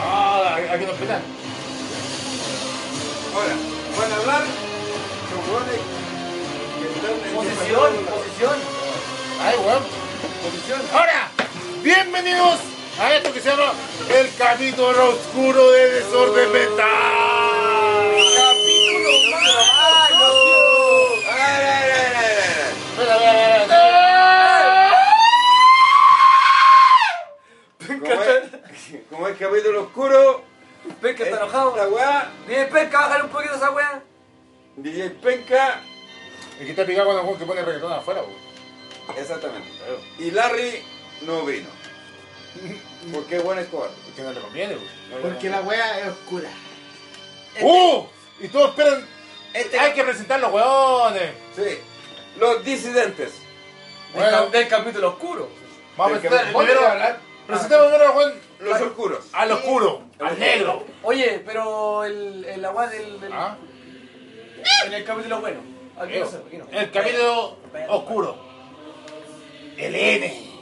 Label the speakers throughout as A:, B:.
A: Ah, hay un hospital.
B: Ahora, van a hablar los hueones que están en
A: Posición, posición. Ay, weón. Posición. Ahora, bienvenidos a esto que se llama El Capítulo Oscuro de Desorden Mental.
B: ¡Capítulo malo! ¡Ay, ay, ay, ay, ay!
A: Espera, espera, espera.
B: Como es- Como es capítulo oscuro,
C: Penca está
B: eh,
C: enojado.
B: La weá,
C: Viene Penca, bájale un poquito esa weá.
B: DJ Penca,
A: El que está picado cuando el weón que pone reggaetón afuera, weón.
B: exactamente.
A: Claro.
B: Y Larry no vino. ¿Por qué bueno es cobarde?
A: Porque no le conviene, weón. No le
D: Porque la wea es oscura.
A: conviene. ¡Uh! Y todos esperan.
B: Este-
A: Hay que presentar los weones.
B: Sí. Los disidentes.
C: Del,
A: Bueno.
C: cap- del capítulo oscuro.
A: Vamos a
B: El que
A: presentar
B: me-
A: primero.
B: ¿Puedo hablar?
A: Presentamos primero al weón.
B: Los oscuros.
A: Al oscuro. Al negro.
C: Oye, pero el, el agua del, del-
A: Ah,
C: en el capítulo bueno. Aquí no sé, aquí no.
A: El capítulo oscuro. El N.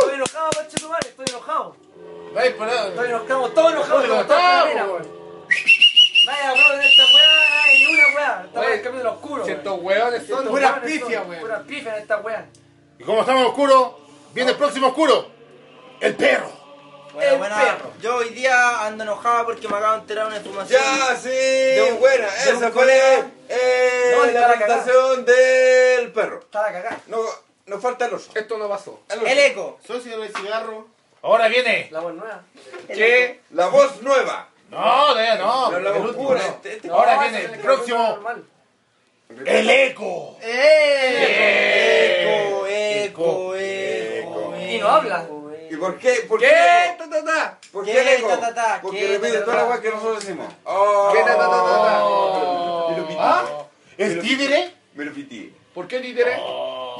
C: Estoy enojado, Pachetumare, estoy enojado.
A: No hay parado.
C: Estoy enojado, todos enojados.
A: Pero
C: como toda
A: estamos.
C: la arena, weón. Nadie habló de esta weá, ay, ni una weá. Estaba en el capítulo oscuro.
A: Estos
C: weón.
A: weones
C: Todos
A: son-
C: los
D: puras
C: weones
D: pifias,
C: son
D: weón.
C: Puras pifias en esta weá.
A: Y como estamos oscuro, viene el próximo oscuro. El perro.
C: El
E: Bueno, bueno,
C: perro.
E: yo hoy día ando enojado porque me acabo de enterar una información.
B: Ya, sí.
E: un-
B: buena.
E: de un
B: Esa
E: colega.
B: fue eh,
C: No, está
B: la
C: la cagada.
B: presentación del perro.
C: Está la cagada.
B: No, nos falta el oso.
A: Esto no pasó.
B: El oso.
E: El eco.
D: Socio del cigarro.
A: Ahora viene.
C: La buena nueva.
A: ¿Qué?
B: La voz nueva.
A: No, todavía no.
B: Pero la
A: el último
B: oscura,
A: no.
B: este- este-
A: Ahora
C: No,
A: viene
C: ese es
A: el
C: capítulo
A: próximo.
C: normal.
A: El eco.
E: ¡Eh! Eco,
A: Eco.
E: eco, eco, eco.
C: Y no habla.
B: ¿Y por qué? ¿Por qué?
A: ¿Qué?
B: Ta, ta, ta. ¿Por qué,
E: ¿Qué?
B: Lego?
E: Ta, ta, ta.
B: Porque
E: ¿Qué?
B: repite
E: Ta, ta,
B: toda la
E: ta.
B: guay que nosotros decimos. Oh,
A: ¿Qué? Ta, ta, ta, ta, ta.
B: Me lo pitié.
A: ¿Ah? ¿El títere?
B: Me lo pitié.
A: ¿Por qué eh? títere?
E: Y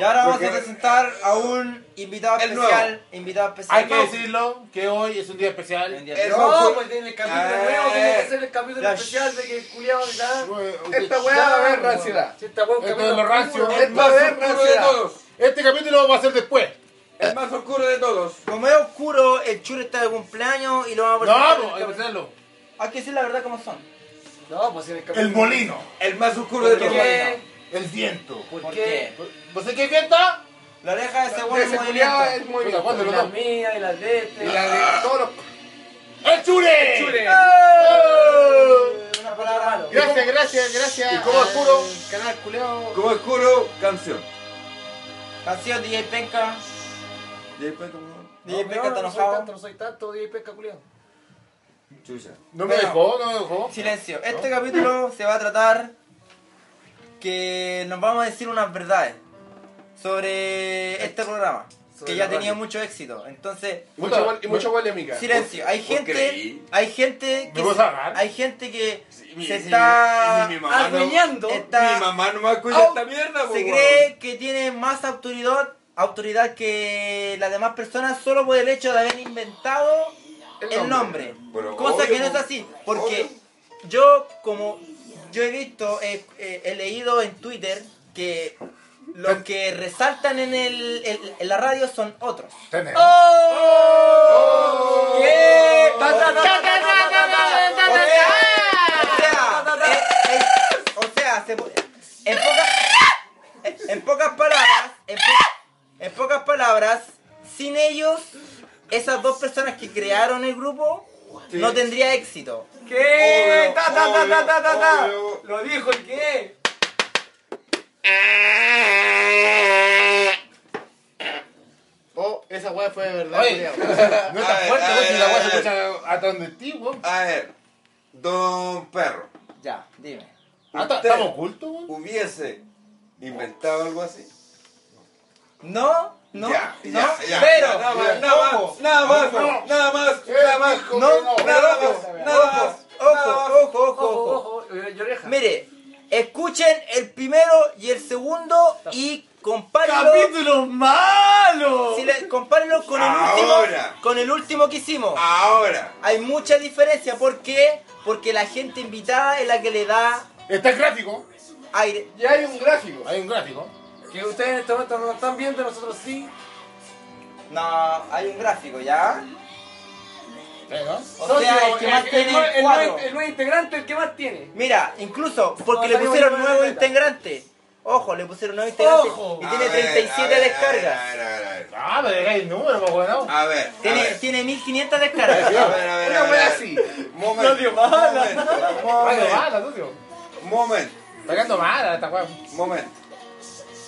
E: ahora vamos
B: Porque-
E: a presentar a un invitado
B: El
E: especial. Invitado especial.
A: Hay que decirlo que hoy es un día especial.
E: Un día
B: Eso.
C: No, pues tiene el capítulo
B: Eh.
C: nuevo, tiene que ser el capítulo
E: Ya,
C: especial de que el culiado
A: Esta
C: está. Ya,
A: es
C: weón. Si esta weá es un
A: Esto
C: capítulo
A: es lo rancio.
C: oscuro,
B: El
A: Esto
B: más
A: es
B: oscuro de
A: rancia.
B: todos.
A: Este capítulo va a ser después.
B: El más oscuro de todos.
E: Como es oscuro, el chulo está de cumpleaños y lo vamos
D: pues,
E: a
A: No,
E: presentar.
A: hay que hacerlo.
E: Hay que decir la verdad como son.
C: No, pues en el capítulo.
A: El molino.
B: El más oscuro de
C: ¿Por
B: todos.
C: qué?
A: El viento.
C: ¿Por
E: ¿Por
C: qué?
E: qué?
A: ¿Vos sabés qué fiesta?
E: La oreja de ese
D: De
E: buen
D: ese
E: movimiento.
D: culiao es muy
A: Puta, ¿cuál de
C: Y
A: los
C: las
A: dos?
C: mías y las de este.
D: Y la de todos los.
A: ¡El chure! ¡Eh!
D: Chure. ¡Eh!
A: ¡Oh!
E: Una palabra malo.
D: Gracias, gracias, gracias.
A: ¿Y cómo
D: al
A: oscuro?
D: Canal culeado.
B: Como oscuro, canción.
E: Canción DJ Penca.
B: Y después como...
E: DJ
C: No,
E: Penca
C: no,
E: está
C: no soy tanto,
E: enojado.
C: no soy tanto, DJ Pesca culiao.
B: Chucha.
A: No me
E: Bueno.
A: dejó, no me dejó.
E: Silencio. Este capítulo se va a tratar que nos vamos a decir unas verdades sobre este programa
C: Sobre
E: que ya
C: la
E: tenía
C: radio.
E: mucho éxito. Entonces,
A: Puta,
D: Y mucho huele amiga.
E: silencio. Hay
B: ¿Vos
E: gente,
B: creí?
E: hay gente
A: ¿Me
E: que
A: vas
E: se-
A: a agarrar?
E: hay gente que
B: Sí, mi-
E: se
B: sí,
E: está
B: mi- mi mamá no-
C: Arruinando.
E: está-
B: Mi mamá no me cuida
E: au-
B: pues, esta mierda, po,
E: se
B: weón.
E: cree que tiene más autoridad autoridad que las demás personas solo por el hecho de haber inventado
A: El
E: el
A: nombre.
E: nombre,
B: Pero
E: cosa
B: obvio,
E: que no es
B: po.
E: así porque yo como yo he visto he, he- he leído en Twitter que los que resaltan en, el, en- en la radio son otros
A: Tenemos.
C: ¡Oh!
E: ¿Qué?
C: Ta, ta, ta, ta, ta, ta, ta, ta, ta,
E: O
C: ta,
E: sea,
C: ta.
E: o sea, eh, eh, o sea, se po- en, poca- eh, en pocas palabras, en, po- en pocas palabras, sin ellos, esas dos personas que crearon el grupo
B: Sí.
E: no tendría éxito.
C: ¿Qué?
B: Obvio,
C: Ta, ta, ta, ta, ta, ta, ta.
B: obvio.
C: Lo dijo el qué.
D: Oh, esa wea fue de verdad,
A: Oye,
D: culeado.
A: no está
B: A ver,
A: fuerte,
B: a
A: güey,
B: ver,
A: si la
B: a
A: weá se
B: ver.
A: escucha hasta donde ti, weón.
B: A ver. Don Perro.
E: Ya, dime.
A: Ah, está-
B: Usted
A: Estamos ocultos, weón.
B: Hubiese inventado algo así.
E: No, No,
A: Ya,
E: no,
A: ya, ya,
E: pero,
A: ya,
B: Nada más, nada
E: ojo,
B: más, nada más,
A: Ojo.
B: nada más,
A: Él
B: nada más.
A: dijo
E: no,
A: que no.
E: pero
B: nada
E: ojo,
B: más,
E: ojo,
B: nada más, nada
E: ojo, ojo, ojo,
C: Ojo,
E: ojo.
C: ojo, y- y oreja.
E: Mire, escuchen el primero y el segundo y compárenlo.
D: ¡Capítulo malo!
E: Si le- compárenlo con el último,
B: Ahora.
E: con el último que hicimos.
B: Ahora.
E: Hay mucha diferencia, ¿por qué? Porque la gente invitada es la que le da
A: Está el Este gráfico.
E: aire.
D: Ya hay un gráfico.
A: Hay un gráfico.
C: Que ustedes en este momento no lo están viendo, nosotros sí.
E: No, hay un gráfico, ¿ya?
A: ¿Sí, no?
E: O
C: Socio,
E: sea, el que más tiene
C: nuevo-
E: es
C: el nuevo-
E: cuatro.
C: el nuevo integrante, el que más tiene.
E: Mira, incluso porque
C: No,
E: le
C: salimos
E: pusieron
C: de
E: nuevo
C: nueva letra.
E: integrante. Ojo, le pusieron nuevo integrante
C: Ojo.
E: y
B: A
E: tiene
B: ver,
E: 37
B: a ver,
E: descargas.
B: A ver, a ver, a ver.
A: Ah, pero acá hay el número,
D: pues,
A: más bueno.
B: A ver, a
E: Tiene,
B: ver.
E: tiene 1500 descargas.
B: A ver, a ver,
D: Una
B: a ver.
D: wea así.
B: Momento. Momento.
A: Pagando
B: Momento.
A: mala, socio.
B: Momento.
A: Pagando mala esta weá.
B: Momento.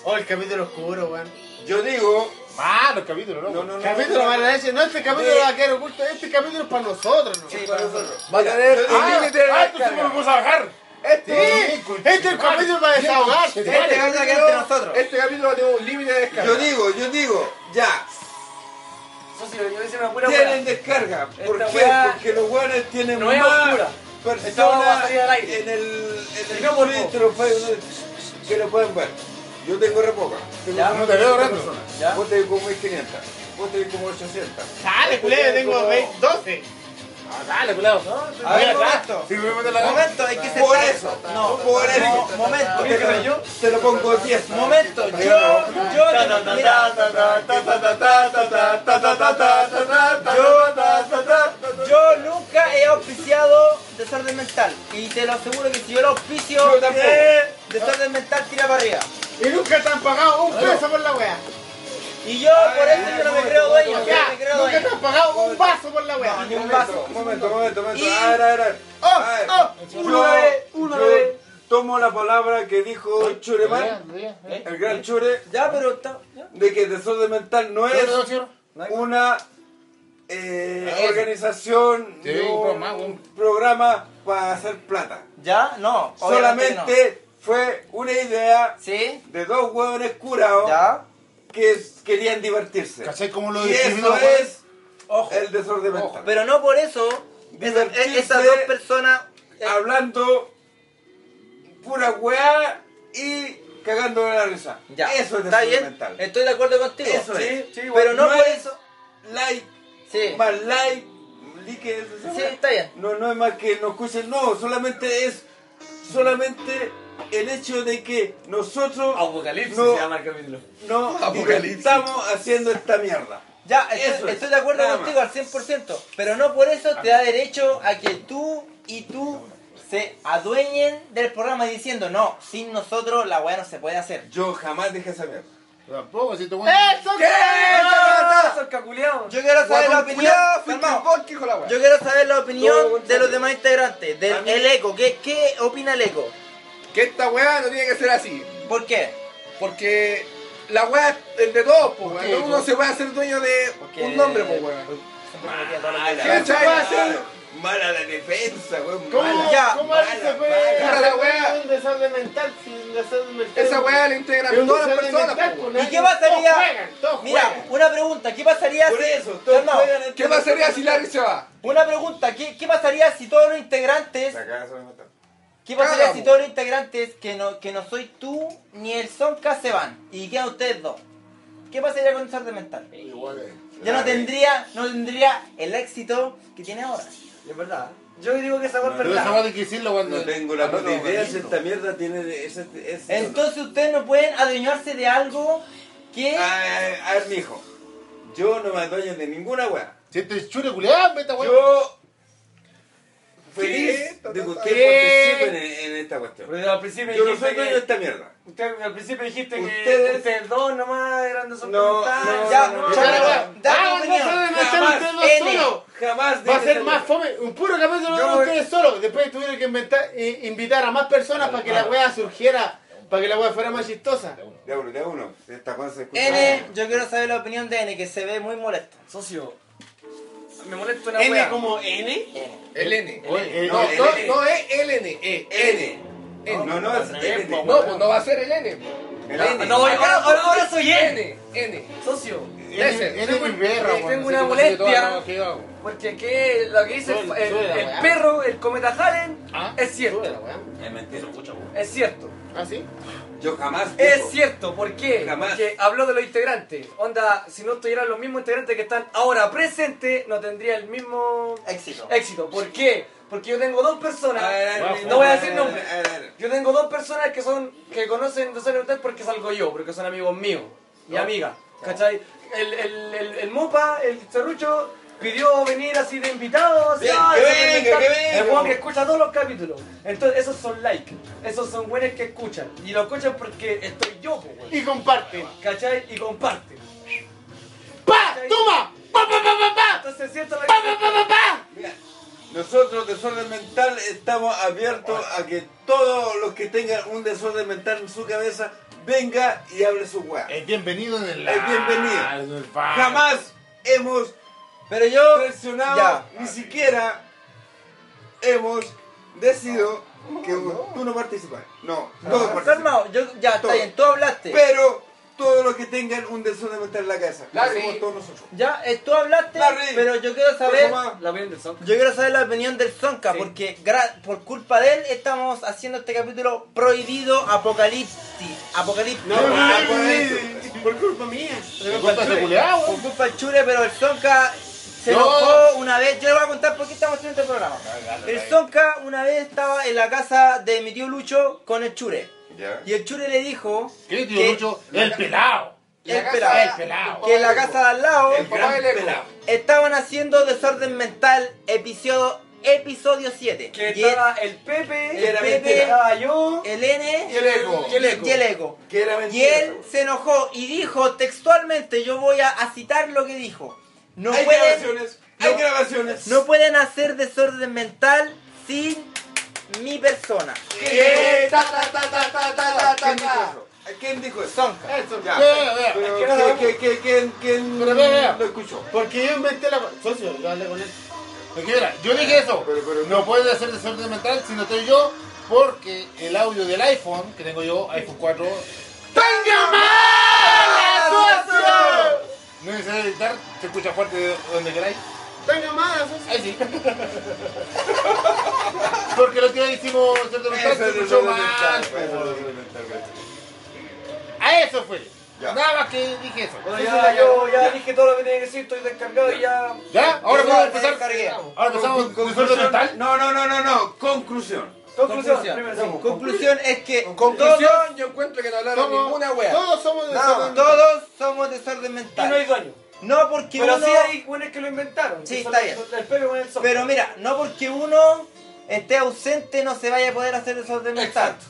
D: Oh, el capítulo oscuro, weón.
B: Yo digo.
A: Malo el capítulo, loco.
B: No, no, no.
D: Capítulo
B: no, no,
D: malo
B: no.
D: leche. No, este capítulo
E: Sí.
D: va a quedar oculto. Este capítulo es para nosotros, ¿no?
E: Sí, para nosotros.
B: Va a tener
A: Ah, ah, entonces me puse a bajar.
D: Este,
A: Sí.
D: este es el capítulo para desahogarse.
E: Este capítulo va a quedar entre nosotros.
D: Este capítulo va a tener un límite de descarga.
B: Yo digo, yo digo, ya.
C: Socio, yo hice una pura
B: Tienen
C: hueá.
B: descarga. ¿Por
C: Esta
B: qué?
C: weá
B: Porque los guanes tienen
C: no es
B: más
C: oscura. Esta weá va
B: personas
C: a salir al aire.
B: en el en
C: Y no por
B: el
C: vos.
B: centro que lo pueden ver. Yo tengo re poca. Tengo
C: Ya,
A: No te veo, Reto.
B: personas.
C: Ya.
B: Vos tenés como 1500. Vos tenés como 800.
D: Dale, culero, tengo 20, 12.
A: Ah, Dale, culado.
E: A ver,
A: Voy acá.
E: momento.
A: Sí, voy a meter la cara.
E: Momento, hay
B: Por
E: que separar.
B: eso.
E: No,
B: Por eso.
E: mo- momento.
B: Te lo- Te lo pongo 10.
E: Momento, yo, yo, mira, yo, yo nunca he auspiciado desorden mental y te lo aseguro que si yo lo auspicio,
B: Yo tampoco.
E: eh, desorden mental tira para arriba.
D: Y nunca te han pagado un peso por la weá.
E: Y yo por eso yo no me creo dueño, yo no me
D: Ya,
E: creo
D: nunca te
E: dueño.
D: han pagado un vaso por la weá.
E: Ni un
B: Momento,
E: vaso.
B: momento, momento, momento.
E: Y-
B: A ver, a ver, a ver. A ver.
D: oh,
C: una
B: Yo-
C: vez, una
B: yo
C: vez.
B: Tomo la palabra que dijo
A: Ya,
B: Chureman,
A: ya, ya.
B: el gran Chure,
E: Ya, pero está. ya.
B: de que desorden mental no es
A: Cierro, cierro.
B: una eh, organización,
A: Sí,
B: ni
A: un programa,
B: un programa para hacer plata.
E: Ya, no. obviamente
B: Solamente fue una idea
E: no. ¿Sí?
B: de dos huevones curados
E: Ya.
B: que querían divertirse.
A: ¿Cachai cómo lo
B: y
A: describí,
B: eso
A: loco?
B: es
E: Ojo.
B: el desorden mental.
E: Pero no por eso, esa- eh,
B: Divertirse.
E: esas dos personas. eh,
B: Hablando pura weá y cagando de la risa.
E: Ya,
B: Eso es
E: está
B: desorden
E: bien.
B: mental.
E: Estoy de acuerdo contigo.
B: Eso
E: Sí,
B: es.
E: sí, Pero no, por
B: es
E: eso.
B: Like,
E: Sí.
B: más like, like es esa
E: Sí,
B: weá.
E: está bien.
B: No, no es más que nos escuchen, no, solamente es. Solamente el hecho de que nosotros
C: Apocalipsis
B: no,
C: se llama el capítulo.
B: no estamos haciendo esta mierda.
E: Ya, estoy,
B: Eso es.
E: estoy de acuerdo
B: Nada
E: contigo al 100%, pero no por eso te da derecho a que tú y tú se adueñen del programa diciendo, no, sin nosotros la weá no se puede hacer.
B: Yo jamás dije esa mierda.
A: Tampoco, si te
D: Eh.
C: ¡Eh,
D: ¡Eso
B: ¿Qué?
C: ¡Ah, son caculeados!
E: Yo quiero saber la opinión, calmao. yo quiero saber la
B: Todo
E: opinión
B: contrario.
E: de los demás integrantes,
B: A
E: del
B: mí-
E: el eco, ¿qué, qué opina el eco?
D: Que esta weá no tiene que ser así.
E: ¿Por qué?
D: Porque la weá es de dos, pues
A: qué,
D: weón. Uno
A: po?
D: se puede hacer dueño de
E: Porque-
D: un nombre, pues weón.
E: Siempre me metía todo lo que-
D: ¿Qué se puede hacer?
B: Mala la defensa, weón.
A: ¿Cómo,
B: Mala.
E: Ya,
A: ¿cómo
B: mala,
A: se
B: mala.
A: fue?
D: Puta la wea.
A: Un desorden mental sin desorden mental.
D: Esa weá la integran
A: Es un
D: todas las
A: desorden
D: personas,
A: mental,
D: po,
A: po,
D: weón.
A: nadie-
E: ¿Y qué pasaría?
A: Todos juegan, todos
E: Mira,
A: juegan.
E: una pregunta, ¿qué pasaría
B: Por
E: si...
B: eso, todos
E: Calmao,
B: juegan el-
D: ¿Qué pasaría si Larry se va?
E: Una pregunta, ¿qué, ¿qué pasaría si todos los integrantes
B: La cagada se me mató.
E: ¿Qué pasaría
D: Caga,
E: si
D: po.
E: todos los integrantes que no, que no soy tú ni el Sonka se van? Y quedan ustedes dos. ¿Qué pasaría con el desorden mental? Ya no
B: Ay.
E: tendría, no tendría el éxito que tiene ahora.
C: Es verdad. Yo digo que esa hueá es
A: Pero esa
C: verdad.
A: weá hay que decirlo cuando.
B: No tengo la
A: cuando
B: puta
A: lo
B: idea si
A: organizo.
B: esta mierda tiene de- ese, ese-
E: Entonces ustedes no pueden adueñarse de algo que...
B: Ah, A, ver, mijo. Yo no me adueño de ninguna weá.
A: Si este es chure culiado, vete, weón.
B: Yo feliz de que ustedes participen en, en esta cuestión.
C: Pero al principio
B: Yo no soy
C: dijiste
B: dueño de
C: que...
B: esta mierda.
C: Usted, al principio dijiste que
B: Ustedes-
C: ustedes dos nomás eran de esos
B: No, no,
E: Ya,
B: no, no,
E: chaval,
B: no,
E: da
B: no.
E: tu
A: Ah, un
E: opinión.
A: desorden mental
B: Jamás,
A: ustedes dos
E: N.
A: solos.
B: Jamás
A: Va a
B: dije
A: ser
B: esa
A: más
B: mierda.
A: fome, un puro capítulo
B: Yo
A: de
B: voy-
A: ustedes solos. Después tuvieron que inventar, eh, invitar a más personas para que la wea surgiera, para que la wea fuera más chistosa.
B: De a uno, de a uno. Esta cosa se escucha.
E: N, yo quiero saber la opinión de N, que se ve muy molesto.
C: Socio, me molesta una
B: N
C: hueá.
B: como N.
D: LN.
A: Oye, eh,
D: No,
A: eh,
B: LN.
D: no, no es LN, es
B: N.
D: N.
B: No, no, es N.
D: No, pues no va a ser el N.
B: El N.
C: No, ahora, ahora, ahora soy N.
D: N.
C: Socio.
D: Ese,
A: Eres
D: tengo-
A: Rivera,
D: eh,
A: weón,
D: tengo
A: así
D: una
A: como si yo
D: molestia.
A: no, ¿qué hago?
C: Porque que lo que dice el,
A: Suena,
C: el-
A: suena,
C: el
A: weá.
C: perro, el cometa Halen,
A: Ah,
C: es cierto.
A: suena, weón.
B: Es mentira, mucho.
C: Es cierto.
A: ¿Ah, sí?
B: Yo jamás.
C: Es
B: digo-
C: cierto, ¿por qué?
B: Jamás.
C: Porque habló de los integrantes. Onda, si no estuvieran los mismos integrantes que están ahora presentes, no tendría el mismo
E: Éxito.
C: éxito. ¿Por qué? Porque yo tengo dos personas.
B: A ver, a ver,
A: Bajo.
B: mi-
C: No voy a decir nombre.
B: A ver, a ver.
C: Yo tengo dos personas que son que conocen de Sonic Hotel porque salgo yo, porque son amigos míos y amigas. ¿Cachai? El, el, el, el Mopa, el Cerrucho, pidió venir así de invitado. Así,
B: Bien,
C: ah,
B: que
C: de
B: venga,
C: comentar.
B: que venga.
C: El weón que escucha todos los capítulos. Entonces, esos son like. Esos son buenos que escuchan. Y lo escuchan porque estoy yo, po, weón.
A: Y comparte.
C: ¿Cachai? Y comparten.
A: ¡Pa! ¡Toma! ¡Pa, pa, pa, pa, pa!
C: Entonces, siento la
A: ¡Pa, pa, pa, pa, pa!
B: Mira, Nosotros, Desorden Mental, estamos abiertos a que todos los que tengan un desorden mental en su cabeza venga y hable su weá.
A: Es bienvenido en el
B: Es bienvenido.
A: Ah, en el fan.
B: Jamás hemos
E: Pero yo.
B: presionado,
E: Ya.
B: ni siquiera hemos decidido que tú no participas. No,
E: Ah.
B: todos participan.
E: Calmao, yo, ya, está
B: Todo.
E: bien, tú hablaste.
B: Pero todos los que tengan un desorden mental en la casa, lo
D: Larry.
B: hacemos todos nosotros.
E: Ya, eh, tú hablaste,
B: Larry.
E: pero yo quiero saber.
B: Por favor.
C: La opinión del Zonka.
E: Yo quiero saber la opinión del Zonka,
C: Sí.
E: porque gra- por culpa de él estamos haciendo este capítulo prohibido apocalipsis. Apocalipsis.
A: No,
B: Por
A: no,
B: culpa de
A: no,
B: esto.
A: Por culpa mía.
E: Por
A: Por culpa
E: Chure.
A: de culiao,
E: Por culpa del Chure, pero el Zonka se
A: No.
E: enojó una vez. Yo le voy a contar por qué estamos haciendo este programa. El Zonka una vez estaba en la casa de mi tío Lucho con el Chure.
B: Ya.
E: Y el Chure le dijo
A: ¿Qué, tío Lucho? El pelado.
E: el
D: La
E: pelado,
D: casa-
A: El pelado.
E: que en la casa de al lado
D: El papá del Eco.
B: pelado.
E: estaban haciendo desorden mental episodio, episodio 7.
C: Que
E: Y el-
C: estaba el Pepe,
B: Y era
E: mentira.
C: estaba yo.
E: el N
A: Y el eco.
C: y el Eco.
E: y el Eco.
B: Que era
E: Y
B: mentira. esa
E: él
B: weá.
E: se enojó y dijo textualmente, yo voy a, a citar lo que dijo. No
B: hay
E: pueden,
B: grabaciones, hay
E: no-
B: grabaciones.
E: no pueden hacer desorden mental sin mi persona.
D: ¿Qué? Ta, ta, ta, ta, ta, ta, ta,
B: ¿Quién
D: ta,
B: dijo
D: ta.
B: eso? ¿Quién dijo eso? Eh,
E: Sonca.
A: Eso,
B: Ya.
A: vea, vea.
B: Pero,
A: Es que no lo
B: ¿qué- qué- qué- quién- quién
A: Pero ve, vea.
B: lo escuchó?
A: Porque yo inventé la. Socio, yo hablé con él. Porque mira, yo dije eso.
B: Pero- pero-
A: no puede hacer desorden mental si no estoy yo. Porque el audio del iPhone, que tengo yo, iPhone 4. ¡Tenga mala, socio! No es necesario editar, se escucha fuerte de donde queráis. ¡Tenga mala, socio! Ahí sí. porque lo que hoy hicimos desorden mental
B: Eso
A: se
B: es
A: escuchó
B: desorden mental,
A: mal.
B: eso es desorden mental, güey.
A: A eso fue.
B: Ya.
A: Nada más que dije eso.
C: Bueno, ya, yo ya, dije todo lo que tenía que decir, estoy descargado y ya.
A: ¿Ya? Ahora
E: Yo
A: podemos
E: me
A: empezar.
E: descargué.
A: Ahora empezamos con desorden
B: Conclusión-
A: mental.
B: No, no, no, no, no. Conclusión.
C: Conclusión,
E: Conclusión.
C: primero, sí.
E: Conclusión Conclusión es que todos,
D: Conclusión, yo encuentro que no hablaron
A: Somos-
D: ninguna wea.
A: Todos somos de
E: no,
A: desorden
E: todos somos desorden
C: Y no hay
E: mental.
C: dueño.
E: No porque
C: Pero
E: uno...
C: sí hay buenos que lo inventaron.
E: Sí,
C: que son
E: está
C: los-
E: bien.
C: El Pepe con el Zonka.
E: Pero mira, no porque uno esté ausente no se vaya a poder hacer desorden mental.
D: Exacto.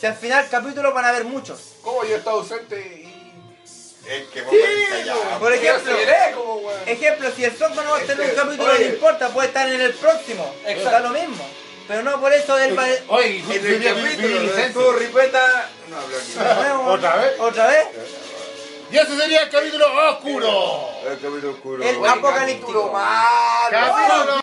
E: Si al final capítulo van a haber muchos.
D: ¿Cómo yo estaba ausente y.?
B: Es que vos parece ya.
E: Por ejemplo, eh,
D: aceleré como weón.
E: ejemplo, si el Zonka no va a tener un
B: Este,
E: capítulo,
B: oye.
E: no importa, puede estar en el próximo.
C: Exacto.
E: Está lo mismo. Pero no por eso él va a...
A: Oye,
B: En
A: justo
B: el
A: día vi- vi
B: capítulo de
A: licencia.
B: tu ripeta no habló ni nada.
A: ¿Otra vez?
E: ¿Otra vez?
A: Y ese sería el capítulo oscuro.
B: El capítulo oscuro.
E: El
B: Oye,
E: apocalíptico. Ah,
D: Capítulo malo.
A: Capítulo